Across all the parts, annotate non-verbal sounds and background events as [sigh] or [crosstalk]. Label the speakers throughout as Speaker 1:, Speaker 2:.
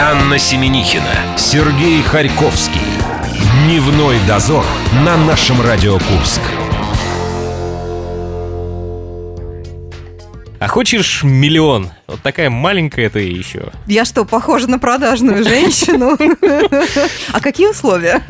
Speaker 1: Анна Семенихина, Сергей Харьковский. Дневной дозор на нашем Радио Курск.
Speaker 2: А хочешь миллион? Вот такая маленькая ты еще.
Speaker 3: Я что, похожа на продажную женщину? А какие условия?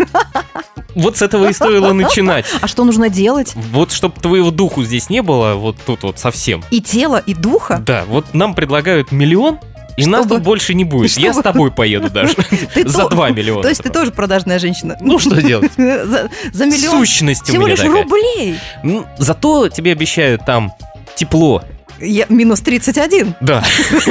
Speaker 2: Вот с этого и стоило начинать.
Speaker 3: А что нужно делать?
Speaker 2: Вот чтобы твоего духу здесь не было, вот тут вот совсем.
Speaker 3: И тело, и духа?
Speaker 2: Да, вот нам предлагают миллион, и нас
Speaker 3: Чтобы-
Speaker 2: тут больше не будет. Я с
Speaker 3: чтобы-
Speaker 2: тобой поеду
Speaker 3: [laughs]
Speaker 2: даже.
Speaker 3: Ты
Speaker 2: За
Speaker 3: то-
Speaker 2: 2 миллиона.
Speaker 3: То есть ты тоже продажная женщина?
Speaker 2: Ну что
Speaker 3: [laughs]
Speaker 2: делать?
Speaker 3: За за миллион
Speaker 2: Сущность у
Speaker 3: всего
Speaker 2: меня
Speaker 3: лишь
Speaker 2: такая.
Speaker 3: рублей.
Speaker 2: Ну, Зато тебе обещают там тепло.
Speaker 3: Я- Минус 31.
Speaker 2: Да. [laughs]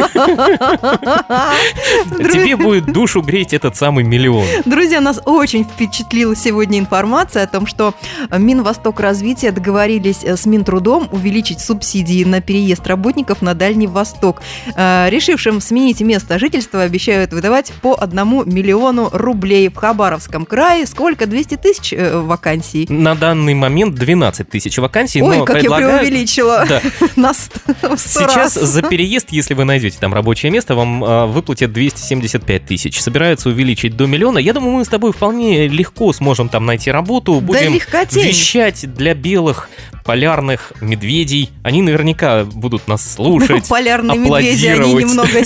Speaker 2: Тебе
Speaker 3: Друзья,
Speaker 2: будет душу греть этот самый миллион.
Speaker 3: Друзья, нас очень впечатлила сегодня информация о том, что Минвосток развития договорились э, с Минтрудом увеличить субсидии на переезд работников на Дальний Восток. Э, Решившим сменить место жительства обещают выдавать по одному миллиону рублей в Хабаровском крае. Сколько? 200 тысяч э, вакансий?
Speaker 2: На данный момент 12 тысяч вакансий,
Speaker 3: Ой,
Speaker 2: но
Speaker 3: как я
Speaker 2: предлагают-
Speaker 3: преувеличила.
Speaker 2: [laughs] Да,
Speaker 3: [laughs] На ст- в сто
Speaker 2: Сейчас
Speaker 3: раз.
Speaker 2: за переезд, если вы найдете там рабочее место, вам а, выплатят 275 тысяч. Собираются увеличить до миллиона. Я думаю, мы с тобой вполне легко сможем там найти работу.
Speaker 3: Да
Speaker 2: Будем
Speaker 3: легкотень.
Speaker 2: вещать для белых полярных медведей. Они наверняка будут нас слушать.
Speaker 3: [laughs] Полярные медведи, они
Speaker 2: аплодировать.
Speaker 3: немного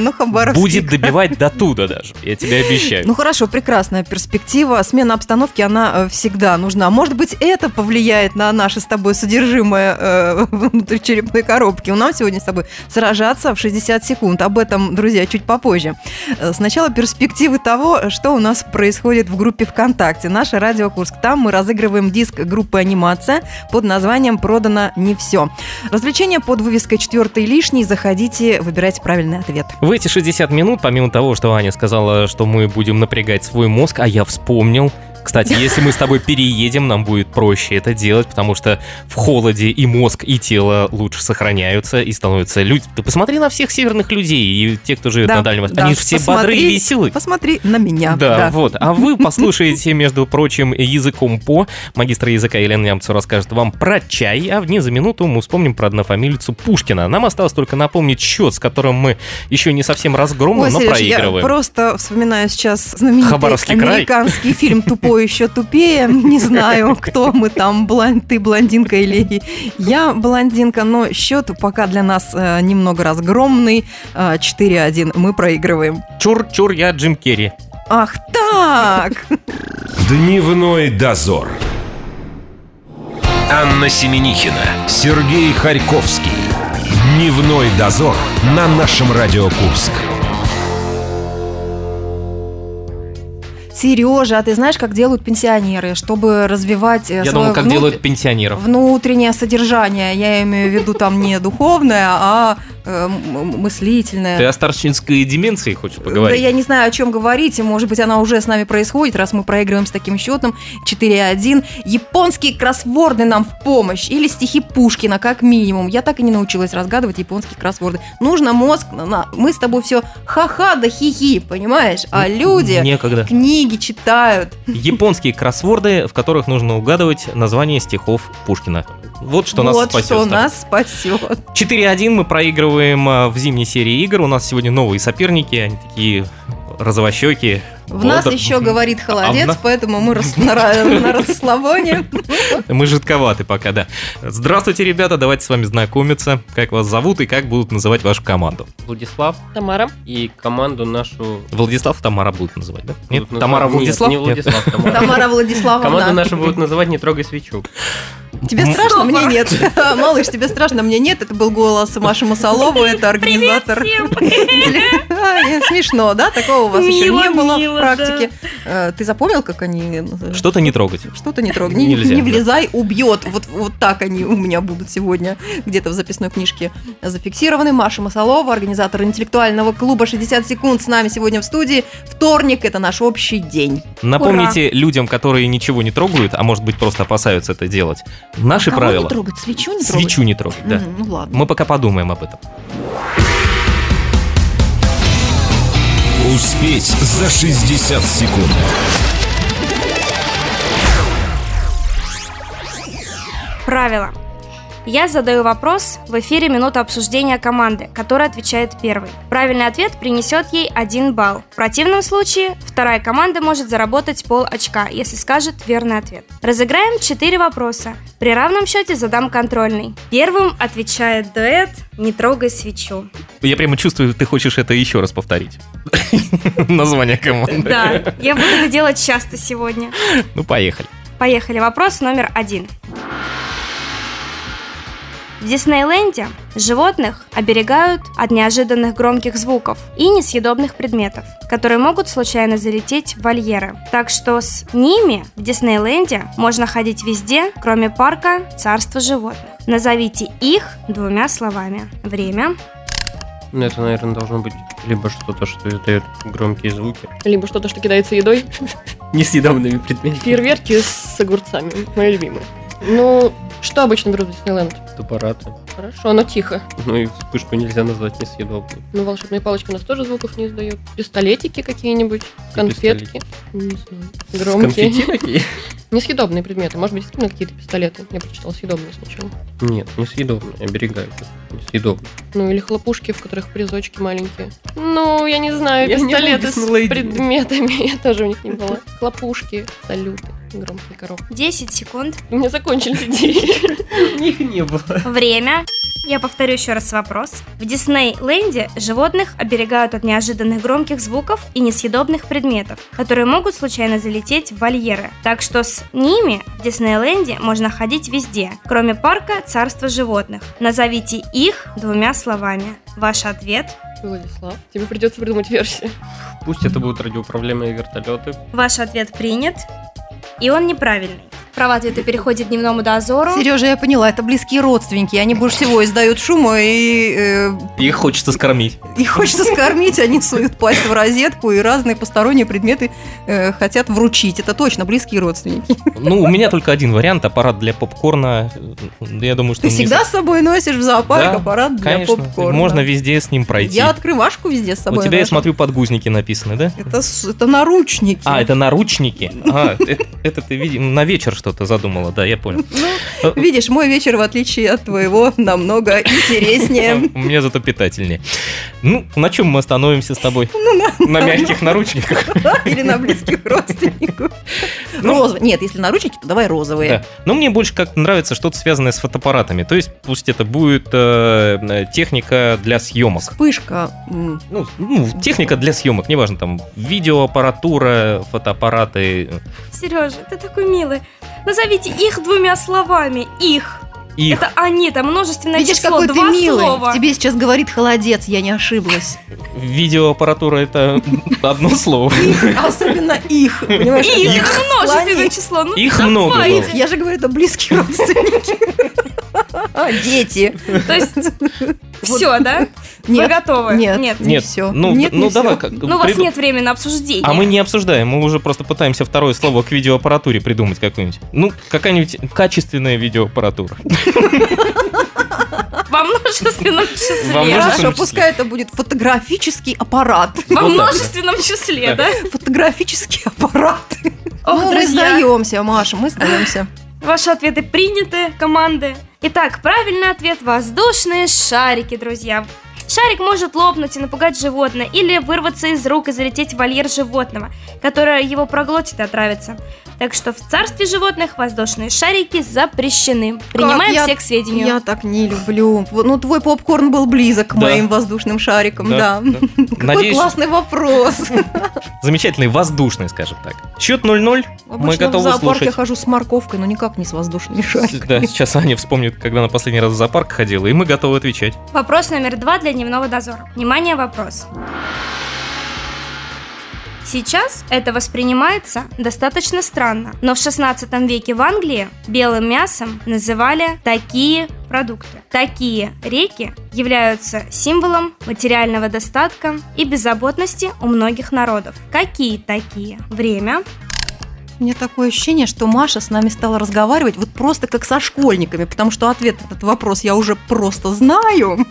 Speaker 2: [laughs]
Speaker 3: но Хабаровский
Speaker 2: Будет добивать до туда даже, я тебе обещаю.
Speaker 3: Ну хорошо, прекрасная перспектива. Смена обстановки, она э, всегда нужна. Может быть, это повлияет на наше с тобой содержимое э, внутри черепной коробки. У нас сегодня с тобой сражаться в 60 секунд. Об этом, друзья, чуть попозже. Э, Сначала перспективы того, что у нас происходит в группе ВКонтакте. Наша Радио Курск. Там мы разыгрываем диск группы «Анимация» под названием «Продано не все». Развлечение под вывеской «Четвертый лишний». Заходите, выбирайте правильный ответ.
Speaker 2: В эти 60 минут, помимо того, что Аня сказала, что мы будем напрягать свой мозг, а я вспомнил, кстати, если мы с тобой переедем, нам будет проще это делать, потому что в холоде и мозг, и тело лучше сохраняются и становятся люди. Ты посмотри на всех северных людей и те, кто живет
Speaker 3: Да,
Speaker 2: на Дальнем Востоке.
Speaker 3: да,
Speaker 2: Они же все бодры и
Speaker 3: посмотри,
Speaker 2: веселы.
Speaker 3: Посмотри на меня.
Speaker 2: Да, вот. А вы послушаете, между прочим, языком по. Магистра языка Елена Ямцу расскажет вам про чай, а в ней за минуту мы вспомним про однофамилицу Пушкина. Нам осталось только напомнить счет, с которым мы еще не совсем разгромно,
Speaker 3: Ой,
Speaker 2: но
Speaker 3: Сереж, я
Speaker 2: ну, проигрываем.
Speaker 3: просто вспоминаю сейчас знаменитый
Speaker 2: Хабаровский край.
Speaker 3: американский фильм «Тупой еще тупее».
Speaker 2: [laughs]
Speaker 3: Не знаю, кто мы там, блон- ты блондинка или я блондинка, но счет пока для нас э, немного разгромный. Э, 4-1 мы проигрываем.
Speaker 2: Чур-чур, я Джим Керри.
Speaker 3: Ах
Speaker 2: [laughs]
Speaker 3: так!
Speaker 1: Дневной дозор. Анна Семенихина, Сергей Харьковский. Дневной дозор на нашем Радио Курск.
Speaker 4: Сережа, а ты знаешь, как делают пенсионеры, чтобы развивать э,
Speaker 2: Я
Speaker 4: свое
Speaker 2: думал, как
Speaker 4: вну-
Speaker 2: делают пенсионеров.
Speaker 4: внутреннее содержание? Я имею в виду там не духовное, а э, м- м-
Speaker 2: Ты
Speaker 4: мыслительное.
Speaker 2: о старчинской деменции хочешь
Speaker 4: Э. Да
Speaker 2: поговорить?
Speaker 4: я не знаю, о чем говорить, и, может быть, она уже с нами происходит, раз мы проигрываем с таким счетом 4-1. Японские кроссворды нам в помощь, или стихи Пушкина, как минимум. Я так и не научилась разгадывать японские кроссворды. Нужно мозг, на- на- мы с тобой все ха-ха да хи-хи, понимаешь? А люди
Speaker 2: Некогда.
Speaker 4: книги читают,
Speaker 2: Японские кроссворды, в которых нужно угадывать название стихов Пушкина. Вот что нас
Speaker 4: вот
Speaker 2: спасет.
Speaker 4: что
Speaker 2: с тобой.
Speaker 4: нас спасет.
Speaker 2: 4-1 мы проигрываем а, в зимней серии игр. У нас сегодня новые соперники, они такие розовощеки.
Speaker 4: В нас
Speaker 2: бодр-
Speaker 4: еще говорит холодец,
Speaker 2: А в на-
Speaker 4: поэтому мы рас- на ра- на расслабоне.
Speaker 2: [laughs] Мы жидковаты пока, да. Здравствуйте, ребята, давайте с вами знакомиться. Как вас зовут и как будут называть вашу команду?
Speaker 5: Владислав
Speaker 6: Тамара.
Speaker 5: и команду нашу...
Speaker 2: Владислав Тамара будут называть, да? Нет,
Speaker 5: будут называть-
Speaker 2: Тамара
Speaker 5: Нет,
Speaker 2: Владислав?
Speaker 5: Не
Speaker 2: Нет. [laughs]
Speaker 5: Владислав, Тамара.
Speaker 4: Тамара
Speaker 5: Команду
Speaker 4: Владиславовна.
Speaker 5: нашу будут называть «Не трогай свечу».
Speaker 3: Тебе
Speaker 2: М.
Speaker 3: страшно? Мне нет. [laughs] Малыш, тебе страшно? Мне нет. Это был голос Маши Масалова, это организатор. Интелли- [laughs] А, Смешно, да? Такого у вас еще
Speaker 6: Мило,
Speaker 3: не было в
Speaker 6: мило,
Speaker 3: практике. Э, Ты запомнил, как они... э,
Speaker 2: Что-то не трогать.
Speaker 3: Что-то не трогай, не,
Speaker 2: Нельзя,
Speaker 3: не
Speaker 2: да.
Speaker 3: влезай, убьет. Вот, вот так они у меня будут сегодня где-то в записной книжке зафиксированы. Маша Масалова, организатор интеллектуального клуба «60 секунд» с нами сегодня в студии. Вторник – это наш общий день.
Speaker 2: Напомните людям, которые ничего не трогают, а может быть просто опасаются это делать, наши
Speaker 3: Кого
Speaker 2: правила.
Speaker 3: не трогать? Свечу не трогать?
Speaker 2: Свечу не трогать, да.
Speaker 3: М, Ну ладно.
Speaker 2: Мы пока подумаем об этом.
Speaker 1: Успеть за 60 секунд.
Speaker 6: Правила. Я задаю вопрос, в эфире минута обсуждения команды, которая отвечает первой. Правильный ответ принесет ей один балл. В противном случае вторая команда может заработать пол очка, если скажет верный ответ. Разыграем 4 вопроса. При равном счете задам контрольный. Первым отвечает дуэт «Не трогай свечу».
Speaker 2: Я прямо чувствую, ты хочешь это еще раз повторить. [laughs] Название команды.
Speaker 6: Да, я буду это делать часто сегодня.
Speaker 2: Ну, поехали.
Speaker 6: Поехали, вопрос номер один. В Диснейленде животных оберегают от неожиданных громких звуков и несъедобных предметов, которые могут случайно залететь в вольеры. Так что с ними в Диснейленде можно ходить везде, кроме парка «Царство животных». Назовите их двумя словами. Время.
Speaker 5: Ну, это, наверное, должно быть либо что-то, что издает громкие звуки.
Speaker 7: Либо что-то, что кидается едой.
Speaker 5: Несъедобными предметами.
Speaker 7: Фейерверки с огурцами. Мои любимые. Ну, что обычно берут в Диснейленд?
Speaker 5: Тупораты.
Speaker 7: Хорошо, но тихо.
Speaker 5: Ну и вспышку нельзя назвать несъедобной.
Speaker 7: Ну, волшебные палочки у нас тоже звуков не издают. Пистолетики какие-нибудь, конфетки. Не знаю. Громкие.
Speaker 5: Конфетти [laughs] такие?
Speaker 7: [laughs] Несъедобные предметы. Может быть, действительно какие-то пистолеты. Я прочитала съедобные сначала.
Speaker 5: Нет, несъедобные, оберегают. Несъедобные.
Speaker 7: Ну, или хлопушки, в которых призочки маленькие. Ну, я не знаю,
Speaker 5: Я не была
Speaker 7: пистолеты с
Speaker 5: Диснейлэйди.
Speaker 7: предметами. [laughs] Я тоже у них не была. Хлопушки, салюты, громкие коробки.
Speaker 6: 10 секунд.
Speaker 7: У меня закончились идеи.
Speaker 5: У них не было.
Speaker 6: Время. Я повторю еще раз вопрос. В Диснейленде животных оберегают от неожиданных громких звуков и несъедобных предметов, которые могут случайно залететь в вольеры. Так что с ними в Диснейленде можно ходить везде, кроме парка «Царство животных». Назовите их двумя словами. Ваш ответ?
Speaker 7: Владислав, тебе придется придумать версию.
Speaker 5: Пусть это будут радиоуправляемые вертолеты.
Speaker 6: Ваш ответ принят, и он неправильный. Права ответа переходит дневному дозору.
Speaker 3: Сережа, я поняла, это близкие родственники. Они больше всего издают шума и э,
Speaker 2: Их хочется скормить.
Speaker 3: Их хочется скормить, они суют пальцы в розетку и разные посторонние предметы э, хотят вручить. Это точно близкие родственники.
Speaker 2: Ну, у меня только один вариант. Аппарат для попкорна. Я думаю, что...
Speaker 3: Ты
Speaker 2: не-
Speaker 3: всегда с собой носишь в зоопарк
Speaker 2: Да,
Speaker 3: аппарат для
Speaker 2: Конечно.
Speaker 3: попкорна.
Speaker 2: Можно везде с ним пройти.
Speaker 3: Я открывашку везде с собой
Speaker 2: У тебя, я
Speaker 3: ношу.
Speaker 2: смотрю, подгузники написаны, да?
Speaker 3: Это, с- это наручники.
Speaker 2: А, это наручники. А, это, это ты види- на вечер что-то задумала, да, я понял.
Speaker 3: Видишь, мой вечер, в отличие от твоего,
Speaker 2: [laughs]
Speaker 3: намного интереснее.
Speaker 2: У меня зато питательнее. Ну, на чем мы остановимся с тобой?
Speaker 3: Ну,
Speaker 2: На мягких наручниках.
Speaker 3: [laughs] Или на близких родственников.
Speaker 2: Ну,
Speaker 3: Розовые. Нет, если наручники, то давай розовые.
Speaker 2: Да. Но мне больше как-то нравится что-то связанное с фотоаппаратами. То есть пусть это будет э, э, техника для съемок.
Speaker 3: Вспышка. м,
Speaker 2: Ну, ну, техника для съемок, неважно, там видеоаппаратура, фотоаппараты, э,
Speaker 6: Сережа, ты такой милый. Назовите их двумя словами. Их.
Speaker 2: их.
Speaker 6: Это они, там множественное
Speaker 3: Видишь,
Speaker 6: число,
Speaker 3: какой ты
Speaker 6: два
Speaker 3: милый.
Speaker 6: слова.
Speaker 3: Тебе сейчас говорит холодец, я не ошиблась.
Speaker 2: Видеоаппаратура
Speaker 6: [laughs]
Speaker 2: это одно слово.
Speaker 3: Особенно их. Понимаешь,
Speaker 6: И
Speaker 3: это
Speaker 6: это множественное
Speaker 3: склонить.
Speaker 6: число. Ну,
Speaker 2: Их много
Speaker 6: давайте.
Speaker 2: было.
Speaker 3: Я же говорю, это близкие родственники. [laughs] А, Дети. [laughs]
Speaker 6: То есть, все, да? Вы
Speaker 3: Нет,
Speaker 6: готовы?
Speaker 3: нет, не
Speaker 2: Нет,
Speaker 3: все.
Speaker 2: ну,
Speaker 3: Нет,
Speaker 2: ну
Speaker 3: не всё.
Speaker 2: давай. Как,
Speaker 6: Ну, у вас
Speaker 2: приду-
Speaker 6: нет времени на обсуждение.
Speaker 2: А мы не обсуждаем, мы уже просто пытаемся второе слово к видеоаппаратуре придумать какую-нибудь. Ну, какая-нибудь качественная видеоаппаратура.
Speaker 6: Во множественном
Speaker 2: Во
Speaker 6: числе.
Speaker 2: множественном-
Speaker 3: Хорошо,
Speaker 2: числе.
Speaker 3: пускай это будет фотографический аппарат.
Speaker 6: Во
Speaker 2: Вот так, да.
Speaker 6: множественном числе, да?
Speaker 3: Фотографический аппарат.
Speaker 6: Ох,
Speaker 3: Ну, мы
Speaker 6: друзья,
Speaker 3: сдаемся, Маша, мы сдаемся.
Speaker 6: Ваши ответы приняты, команды. Итак, правильный ответ – воздушные шарики, друзья. Шарик может лопнуть и напугать животное, или вырваться из рук и залететь в вольер животного, которое его проглотит и отравится. Так что в царстве животных воздушные шарики запрещены. Принимаем
Speaker 3: я-
Speaker 6: все к сведению.
Speaker 3: Я так не люблю. Вот, Ну, твой попкорн был близок к
Speaker 2: Да.
Speaker 3: моим воздушным шарикам, да. Какой
Speaker 2: Надеюсь,
Speaker 3: классный вопрос.
Speaker 2: замечательный, воздушный, скажем так. Счет 0-0. Мы
Speaker 3: Обычно в
Speaker 2: готовы
Speaker 3: зоопарк я
Speaker 2: слушать.
Speaker 3: хожу с морковкой, но никак не с воздушными
Speaker 2: Да,
Speaker 3: шариками.
Speaker 2: сейчас Аня вспомнит, когда она последний раз в зоопарк ходила, и мы готовы отвечать.
Speaker 6: Вопрос номер два для дневного дозора. Внимание, вопрос. Сейчас это воспринимается достаточно странно, но в 16 веке в Англии белым мясом называли такие продукты. Такие реки являются символом материального достатка и беззаботности у многих народов. Какие такие? Время.
Speaker 3: У меня такое ощущение, что Маша с нами стала разговаривать вот просто как со школьниками, потому что ответ на этот вопрос я уже просто знаю.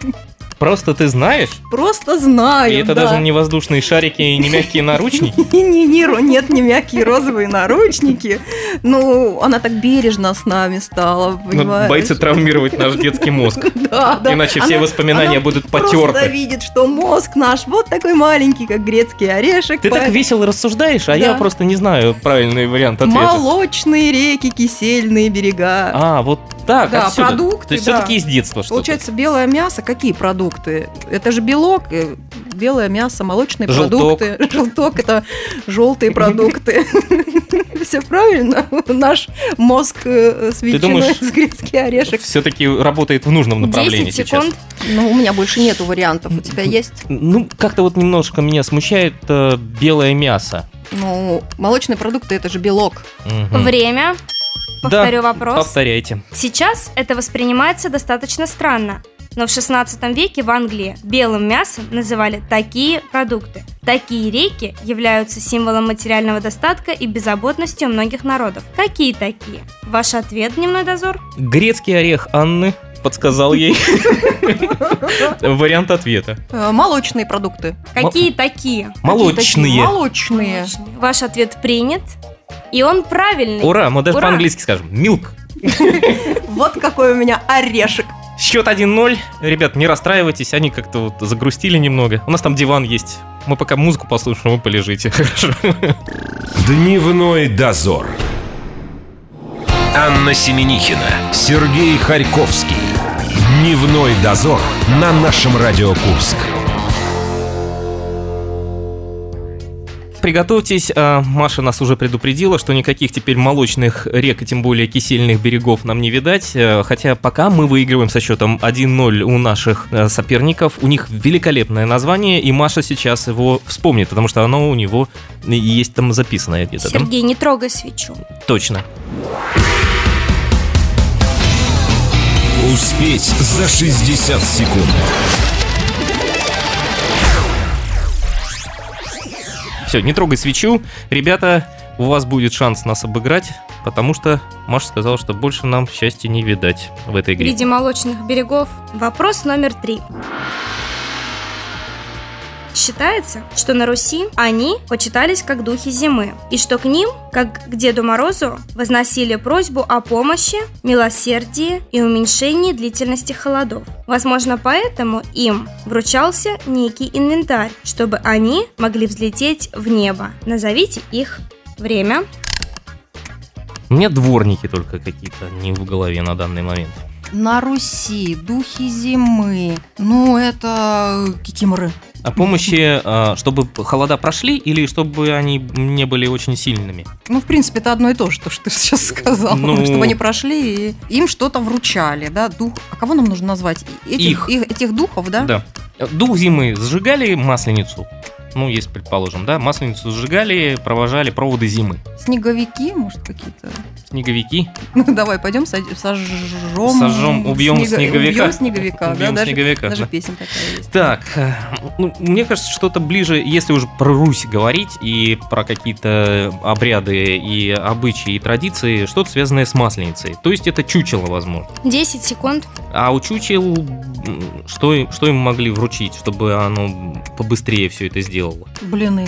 Speaker 2: Просто ты знаешь?
Speaker 3: Просто знаю,
Speaker 2: И это
Speaker 3: да.
Speaker 2: даже не воздушные шарики и не мягкие наручники?
Speaker 3: Не, не, не, ро- нет, не мягкие розовые наручники. Ну, она так бережно с нами стала,
Speaker 2: Ну,
Speaker 3: понимаешь?
Speaker 2: Боится травмировать наш детский мозг.
Speaker 3: [laughs] Да, да.
Speaker 2: Иначе все
Speaker 3: Она
Speaker 2: воспоминания
Speaker 3: она
Speaker 2: будут
Speaker 3: Просто
Speaker 2: потерты.
Speaker 3: видит, что мозг наш вот такой маленький, как грецкий орешек.
Speaker 2: Ты так
Speaker 3: поэтому-
Speaker 2: весело рассуждаешь, а я
Speaker 3: Да.
Speaker 2: просто не знаю правильный вариант ответа.
Speaker 3: Молочные реки, кисельные берега.
Speaker 2: А, вот так,
Speaker 3: Да,
Speaker 2: отсюда.
Speaker 3: продукты,
Speaker 2: То есть
Speaker 3: да.
Speaker 2: все-таки из детства что-то.
Speaker 3: Получается, белое мясо, какие продукты? Это же белок, э, белое мясо, молочные
Speaker 2: Желток.
Speaker 3: продукты. [laughs] Желток это желтые продукты. [laughs] Все правильно? Наш мозг э, с ветчиной, [laughs]
Speaker 2: думаешь-
Speaker 3: с грецкий орешек.
Speaker 2: Все-таки работает в нужном направлении
Speaker 6: 10
Speaker 2: сейчас.
Speaker 6: секунд.
Speaker 3: Ну, у меня больше нету вариантов. У тебя есть?
Speaker 2: Ну, как-то вот немножко меня смущает э, белое мясо.
Speaker 3: Ну, молочные продукты это же белок.
Speaker 2: Мгм.
Speaker 6: Время.
Speaker 2: Да,
Speaker 6: Повторю вопрос.
Speaker 2: Повторяйте.
Speaker 6: Сейчас это воспринимается достаточно странно, но в 16 веке в Англии белым мясом называли такие продукты. Такие реки являются символом материального достатка и беззаботности у многих народов. Какие такие? Ваш ответ, дневной дозор?
Speaker 2: Грецкий орех Анны подсказал ей вариант ответа.
Speaker 3: Э, Молочные продукты.
Speaker 6: Какие такие?
Speaker 3: Какие такие?
Speaker 2: Молочные.
Speaker 3: Молочные.
Speaker 6: Ваш ответ принят, и он правильный.
Speaker 2: Ура, мы даже
Speaker 6: Ура.
Speaker 2: по-английски скажем. Milk.
Speaker 3: Вот какой у меня орешек.
Speaker 2: Счет 1-0. Ребят, не расстраивайтесь, они как-то вот загрустили немного. У нас там диван есть. Мы пока музыку послушаем, вы полежите. [laughs] Хорошо.
Speaker 1: Дневной дозор. Анна Семенихина, Сергей Харьковский. Дневной дозор на нашем Радио Курск.
Speaker 2: Приготовьтесь, а, Маша нас уже предупредила, что никаких теперь молочных рек и тем более кисельных берегов нам не видать. Э, Хотя пока мы выигрываем со счетом 1-0 у наших э, соперников. У них великолепное название, и Маша сейчас его вспомнит, потому что оно у него есть там записанное где-то. да?
Speaker 6: Сергей, не трогай свечу.
Speaker 2: Точно.
Speaker 1: Успеть за 60 секунд.
Speaker 2: Все, не трогай свечу. Ребята, у вас будет шанс нас обыграть, потому что Маша сказала, что больше нам счастья не видать в этой
Speaker 6: В
Speaker 2: игре.
Speaker 6: виде молочных берегов. Вопрос номер три. Считается, что на Руси они почитались как духи зимы, и что к ним, как к Деду Морозу, возносили просьбу о помощи, милосердии и уменьшении длительности холодов. Возможно, поэтому им вручался некий инвентарь, чтобы они могли взлететь в небо. Назовите их время.
Speaker 2: У меня дворники только какие-то не в голове на данный момент.
Speaker 3: На Руси, духи зимы. Ну, это э, кикиморы.
Speaker 2: О помощи, э, чтобы холода прошли или чтобы они не были очень сильными?
Speaker 3: Ну, в принципе, это одно и то же, то, что ты [laughs] сейчас сказал.
Speaker 2: Ну.
Speaker 3: Чтобы они прошли и им что-то вручали, да, дух. А кого нам нужно назвать? И- Этих,
Speaker 2: Их.
Speaker 3: и- этих духов, да?
Speaker 2: Э, Дух зимы сжигали масленицу. Ну, если предположим, да, масленицу сжигали, провожали проводы зимы.
Speaker 3: Снеговики, может, какие-то? [laughs]
Speaker 2: Снеговики.
Speaker 3: Ну, давай, пойдем сожжем... Сожжем,
Speaker 2: Сожжем, убьем снеговика.
Speaker 3: Убьем снеговика, да,
Speaker 2: Убьем
Speaker 3: даже-
Speaker 2: снеговика,
Speaker 3: Даже
Speaker 2: да.
Speaker 3: песня такая есть.
Speaker 2: Так, э, ну, мне кажется, что-то ближе, если уже про Русь говорить и про какие-то обряды и обычаи и традиции, что-то связанное с масленицей. То есть это чучело, возможно.
Speaker 6: 10 секунд.
Speaker 2: А у чучел м, что, им- что им могли вручить, чтобы оно побыстрее все это сделало?
Speaker 3: Блины.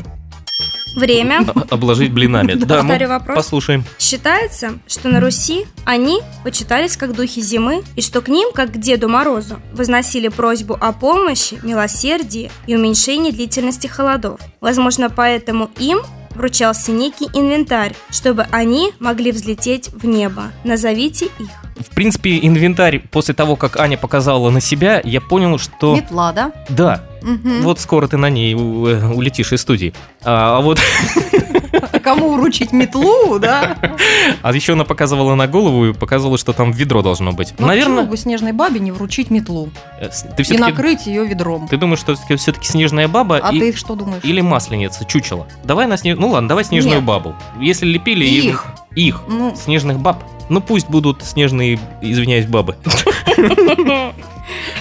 Speaker 6: Время.
Speaker 2: О- Обложить блинами.
Speaker 3: [laughs]
Speaker 2: Да, мы
Speaker 6: Повторю вопрос.
Speaker 2: послушаем.
Speaker 6: Считается, что на Руси они почитались как духи зимы, и что к ним, как к Деду Морозу, возносили просьбу о помощи, милосердии и уменьшении длительности холодов. Возможно, поэтому им вручался некий инвентарь, чтобы они могли взлететь в небо. Назовите их.
Speaker 2: В принципе, инвентарь после того, как Аня показала на себя, я понял, что...
Speaker 3: Метла, да?
Speaker 2: Да,
Speaker 3: Мгм.
Speaker 2: вот скоро ты на ней у- э, улетишь из студии. А, а вот... [laughs]
Speaker 3: А кому вручить метлу, да?
Speaker 2: А еще она показывала на голову и показывала, что там ведро должно быть.
Speaker 3: Ну, а
Speaker 2: Наверное,
Speaker 3: почему бы снежной бабе не вручить метлу
Speaker 2: э, с- ты
Speaker 3: и
Speaker 2: все-таки...
Speaker 3: накрыть ее ведром?
Speaker 2: Ты думаешь, что все-таки снежная баба
Speaker 3: А
Speaker 2: и-
Speaker 3: ты что думаешь?
Speaker 2: или масленица, чучело? Давай на снеж... Ну ладно, давай снежную
Speaker 3: Нет.
Speaker 2: бабу. Если лепили
Speaker 3: Их.
Speaker 2: Их.
Speaker 3: Ну,
Speaker 2: Снежных баб. Ну пусть будут снежные, извиняюсь, бабы.
Speaker 6: [laughs]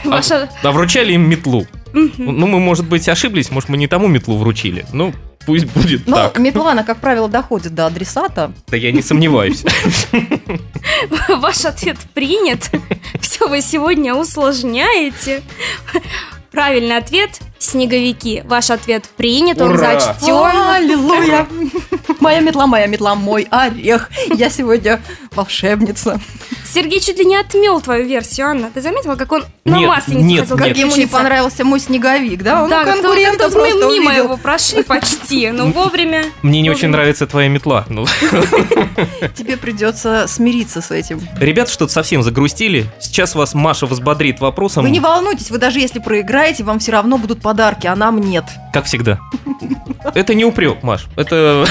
Speaker 6: Ваша-
Speaker 2: А вручали им метлу.
Speaker 6: Мгм.
Speaker 2: Ну, мы, может быть, ошиблись, может, мы не тому метлу вручили. Ну, пусть будет
Speaker 3: Но
Speaker 2: так.
Speaker 3: ну, метла, она, как правило, доходит до адресата.
Speaker 2: Да я не сомневаюсь.
Speaker 6: [laughs] Ваш ответ принят. Все вы сегодня усложняете. [laughs] Правильный ответ – снеговики. Ваш ответ принят, он
Speaker 2: Ура!
Speaker 6: зачтен.
Speaker 3: Аллилуйя! Моя метла, моя метла, мой орех. Я сегодня волшебница.
Speaker 6: Сергей чуть ли не отмел твою версию, Анна. Ты заметила, как он на
Speaker 2: Нет,
Speaker 6: масленицу
Speaker 2: нет,
Speaker 6: хотел
Speaker 2: нет.
Speaker 6: как
Speaker 3: Как ему не понравился мой снеговик, да? Он
Speaker 6: да, как-то вот
Speaker 3: конкурента
Speaker 6: Ну, как-то мы
Speaker 3: просто
Speaker 6: мимо
Speaker 3: увидел.
Speaker 6: его прошли почти, но вовремя.
Speaker 2: Мне не
Speaker 6: Ну,
Speaker 2: очень
Speaker 6: да.
Speaker 2: нравится твоя метла. Ну,
Speaker 3: Тебе придется смириться с этим.
Speaker 2: Ребята что-то совсем загрустили. Сейчас вас Маша взбодрит вопросом,
Speaker 3: Вы Ну, не волнуйтесь, вы даже если проиграете, вам все равно будут подарки, а нам нет.
Speaker 2: как всегда. Это не упрек, Маш. Это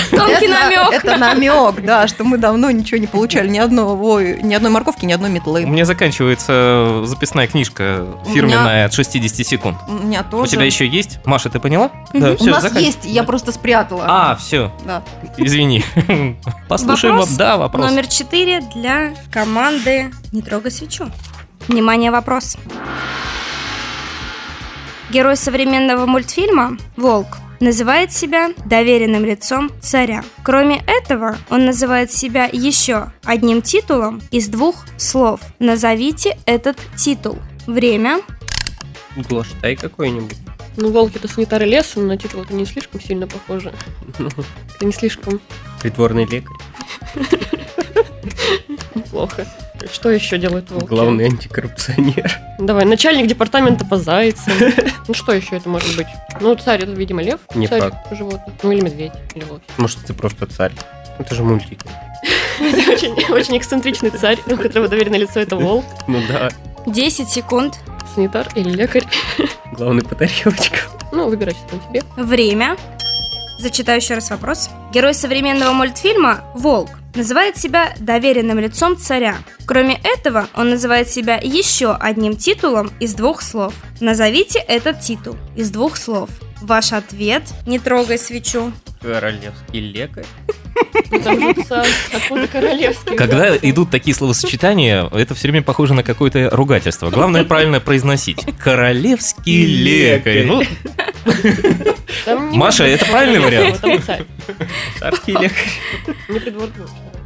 Speaker 3: это,
Speaker 6: Тонкий намек.
Speaker 3: Это намек, да, что мы давно ничего не получали, ни, одного, ой, ни одной морковки, ни одной
Speaker 2: у
Speaker 3: метлы.
Speaker 2: меня заканчивается записная книжка
Speaker 3: У меня-
Speaker 2: фирменная от 60 секунд.
Speaker 3: У меня
Speaker 2: У
Speaker 3: тоже.
Speaker 2: тебя еще есть? Маша, ты поняла?
Speaker 6: Мгм.
Speaker 2: Да,
Speaker 6: У
Speaker 3: У
Speaker 2: всё,
Speaker 3: нас
Speaker 2: закан-
Speaker 3: есть, я просто спрятала.
Speaker 2: А, все.
Speaker 3: Да.
Speaker 2: Извини. Послушаем.
Speaker 6: Вопрос
Speaker 2: воп- Да, вопрос.
Speaker 6: Номер четыре для команды «Не трогай свечу». Внимание, вопрос. Герой современного мультфильма «Волк» называет себя доверенным лицом царя. Кроме этого, он называет себя еще одним титулом из двух слов. Назовите этот титул. Время.
Speaker 5: Глаштай какой-нибудь.
Speaker 7: Ну, волки-то санитары леса, но на титул это не слишком
Speaker 2: [laughs]
Speaker 7: сильно похоже. Это не слишком
Speaker 5: Притворный лекарь.
Speaker 7: плохо. Что еще делают волки?
Speaker 5: Главный антикоррупционер. [laughs]
Speaker 7: Давай, начальник департамента
Speaker 2: [laughs]
Speaker 7: по зайцам. Ну что еще это может быть? Ну, царь, это, видимо, лев.
Speaker 5: Не
Speaker 7: царь
Speaker 5: факт.
Speaker 7: животных. Ну, или медведь, или [laughs] волк.
Speaker 5: Может, ты просто царь. Это же мультики.
Speaker 7: Очень, очень эксцентричный царь, у которого доверенное лицо это волк,
Speaker 5: Ну да,
Speaker 6: 10 секунд.
Speaker 7: санитар или лекарь.
Speaker 5: главный по тарелочкам.
Speaker 7: Ну, выбирай что там тебе.
Speaker 6: Время. Зачитаю еще раз вопрос. Герой современного мультфильма «Волк» называет себя доверенным лицом царя. Кроме этого, он называет себя еще одним титулом из двух слов. Назовите этот титул из двух слов. Ваш ответ – не трогай свечу.
Speaker 5: Королевский лекарь.
Speaker 7: Ну, там же ца- откуда королевский.
Speaker 2: Когда идут такие словосочетания, это все время похоже на какое-то ругательство. Главное правильно произносить. Королевский лекарь. Ну,
Speaker 7: Там не
Speaker 2: Маша,
Speaker 7: может
Speaker 2: это
Speaker 7: быть
Speaker 2: правильный
Speaker 7: королевского, Там
Speaker 5: Царский лекарь.
Speaker 7: царь, не придворный.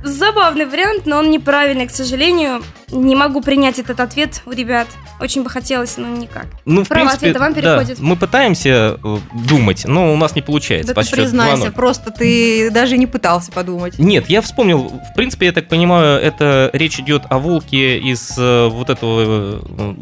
Speaker 6: Забавный вариант, но он неправильный, к сожалению. Не могу принять этот ответ у ребят. Очень бы хотелось, но никак.
Speaker 2: ну, в
Speaker 6: Право
Speaker 2: принципе,
Speaker 6: ответа вам
Speaker 2: да,
Speaker 6: переходит.
Speaker 2: мы пытаемся э, думать, но у нас не получается.
Speaker 3: Да
Speaker 2: по
Speaker 3: ты
Speaker 2: счету
Speaker 3: признайся,
Speaker 2: 2:0.
Speaker 3: просто ты даже не пытался подумать.
Speaker 2: Нет, я вспомнил. В принципе, я так понимаю, это речь идет о волке из э, вот этого, э,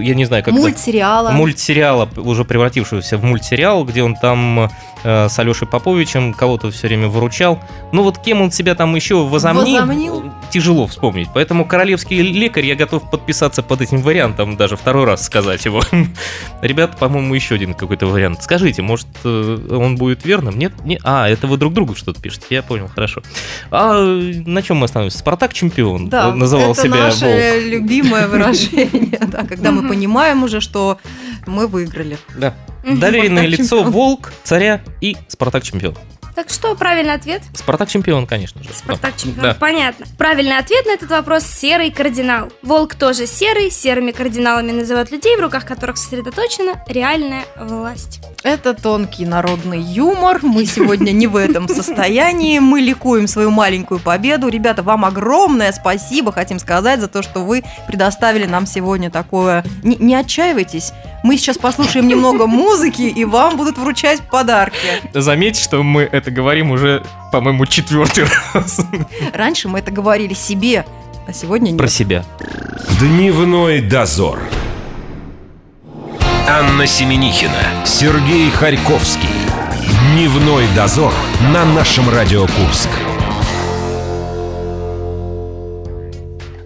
Speaker 2: э, я не знаю, как это-
Speaker 3: Мультсериала.
Speaker 2: мультсериала, уже превратившегося в мультсериал, где он там э, с Алешей Поповичем кого-то все время выручал. Ну вот кем он себя там еще возомнил,
Speaker 3: Возомнил?
Speaker 2: тяжело вспомнить. Поэтому «Королевский лекарь» я готов подписаться под этим вариантом, даже второй раз сказать его. [laughs] Ребята, по-моему, еще один какой-то вариант. Скажите, может, э, он будет верным? Нет? Не? А, это вы друг другу что-то пишете, я понял, хорошо. А э, на чем мы остановимся? «Спартак чемпион»
Speaker 3: Да,
Speaker 2: э, называл
Speaker 3: это
Speaker 2: себя
Speaker 3: наше
Speaker 2: «Волк». [laughs]
Speaker 3: любимое выражение, да, когда мы
Speaker 6: Мгм.
Speaker 3: понимаем уже, что мы выиграли.
Speaker 6: Мгм.
Speaker 2: Доверенное
Speaker 3: [laughs] «Спартак
Speaker 2: лицо,
Speaker 3: чемпион».
Speaker 2: волк, царя и Спартак чемпион.
Speaker 6: Так что правильный ответ?
Speaker 2: Спартак чемпион, конечно же.
Speaker 6: Спартак чемпион.
Speaker 2: Да.
Speaker 6: Понятно. Правильный ответ на этот вопрос – серый кардинал. Волк тоже серый, серыми кардиналами называют людей, в руках которых сосредоточена реальная власть.
Speaker 3: Это тонкий народный юмор. Мы сегодня не в этом состоянии. Мы ликуем свою маленькую победу. Ребята, вам огромное спасибо, хотим сказать, за то, что вы предоставили нам сегодня такое. Не, не отчаивайтесь. Мы сейчас
Speaker 2: [laughs]
Speaker 3: послушаем немного музыки, и вам будут вручать подарки.
Speaker 2: Заметь, что мы это говорим уже, по-моему, четвертый раз.
Speaker 3: Раньше мы это говорили себе, а сегодня нет.
Speaker 2: Про себя.
Speaker 1: Дневной дозор. Анна Семенихина, Сергей Харьковский. Дневной дозор на нашем Радио Курск.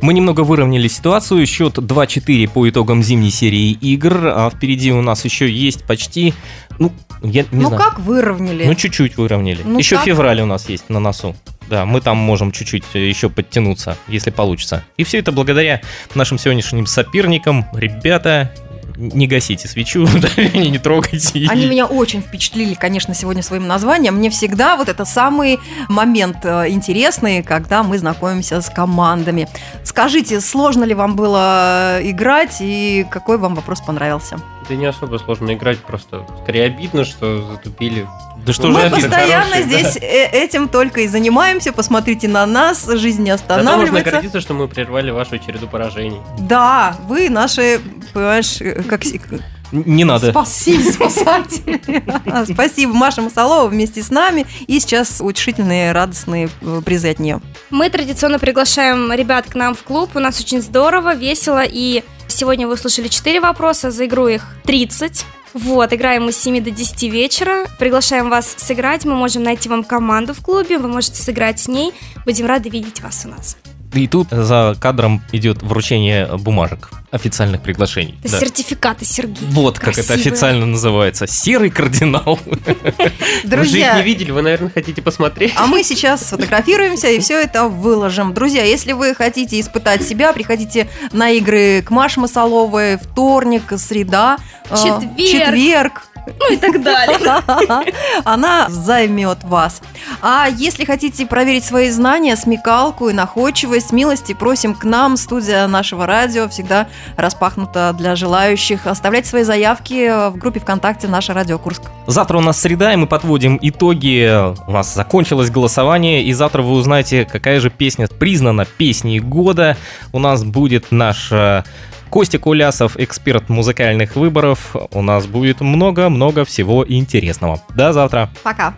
Speaker 2: Мы немного выровняли ситуацию. Счет 2-4 по итогам зимней серии игр. А впереди у нас еще есть почти... Ну, я не
Speaker 3: ну
Speaker 2: знаю.
Speaker 3: как выровняли?
Speaker 2: Ну, чуть-чуть выровняли.
Speaker 3: Ну
Speaker 2: еще
Speaker 3: как?
Speaker 2: февраль у нас есть на носу. Да, мы там можем чуть-чуть э, еще подтянуться, если получится. И все это благодаря нашим сегодняшним соперникам. Ребята, не гасите свечу, [laughs] не трогайте. её.
Speaker 3: Они меня очень впечатлили, конечно, сегодня своим названием. Мне всегда вот это самый момент э, интересный, когда мы знакомимся с командами. Скажите, сложно ли вам было э, играть и какой вам вопрос понравился?
Speaker 5: Да не особо сложно играть, просто скорее обидно, что затупили.
Speaker 2: Да что
Speaker 5: Тоже
Speaker 3: мы
Speaker 2: же
Speaker 5: обидно,
Speaker 3: постоянно
Speaker 5: хороший, да.
Speaker 3: здесь э, этим только и занимаемся. Посмотрите на нас, жизнь не
Speaker 5: Зато можно
Speaker 3: останавливается.
Speaker 5: гордиться, что мы прервали вашу череду поражений.
Speaker 3: Да, вы наши, понимаешь, э, как, се-
Speaker 2: Н- Не надо.
Speaker 8: Спаси, спасатель.
Speaker 3: [laughs] А, Спасибо, Маша Масалова вместе с нами. И сейчас утешительные, радостные э, призы от нее.
Speaker 6: Мы традиционно приглашаем ребят к нам в клуб. У нас очень здорово, весело. И сегодня вы услышали 4 вопроса, за игру их 30. Вот, играем мы с 7 до 10 вечера. Приглашаем вас сыграть. Мы можем найти вам команду в клубе. Вы можете сыграть с ней. Будем рады видеть вас у нас.
Speaker 2: И тут за кадром идет вручение бумажек, официальных приглашений.
Speaker 6: Это
Speaker 2: Да.
Speaker 6: сертификаты, Сергей.
Speaker 2: Вот как это
Speaker 6: Красивые.
Speaker 2: официально называется. Серый кардинал.
Speaker 5: Вы же
Speaker 3: Друзья,
Speaker 5: их не видели, вы, наверное, хотите посмотреть.
Speaker 3: а мы сейчас сфотографируемся и все это выложим. Друзья, если вы хотите испытать себя, приходите на игры к Маше Масаловой. Вторник, среда, э,
Speaker 6: Четверг.
Speaker 3: четверг.
Speaker 6: Ну и так далее.
Speaker 3: [laughs] Она займет вас. А если хотите проверить свои знания, смекалку и находчивость, милости просим к нам. Студия нашего радио всегда распахнута для желающих. Оставляйте свои заявки в группе ВКонтакте «Наша Радио Курск».
Speaker 2: Завтра у нас среда, и мы подводим итоги. У нас закончилось голосование, и завтра вы узнаете, какая же песня признана песней года. У нас будет наш э, Костя Кулясов, эксперт музыкальных выборов. У нас будет много-много всего интересного. До завтра.
Speaker 3: Пока.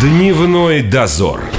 Speaker 1: Дневной дозор.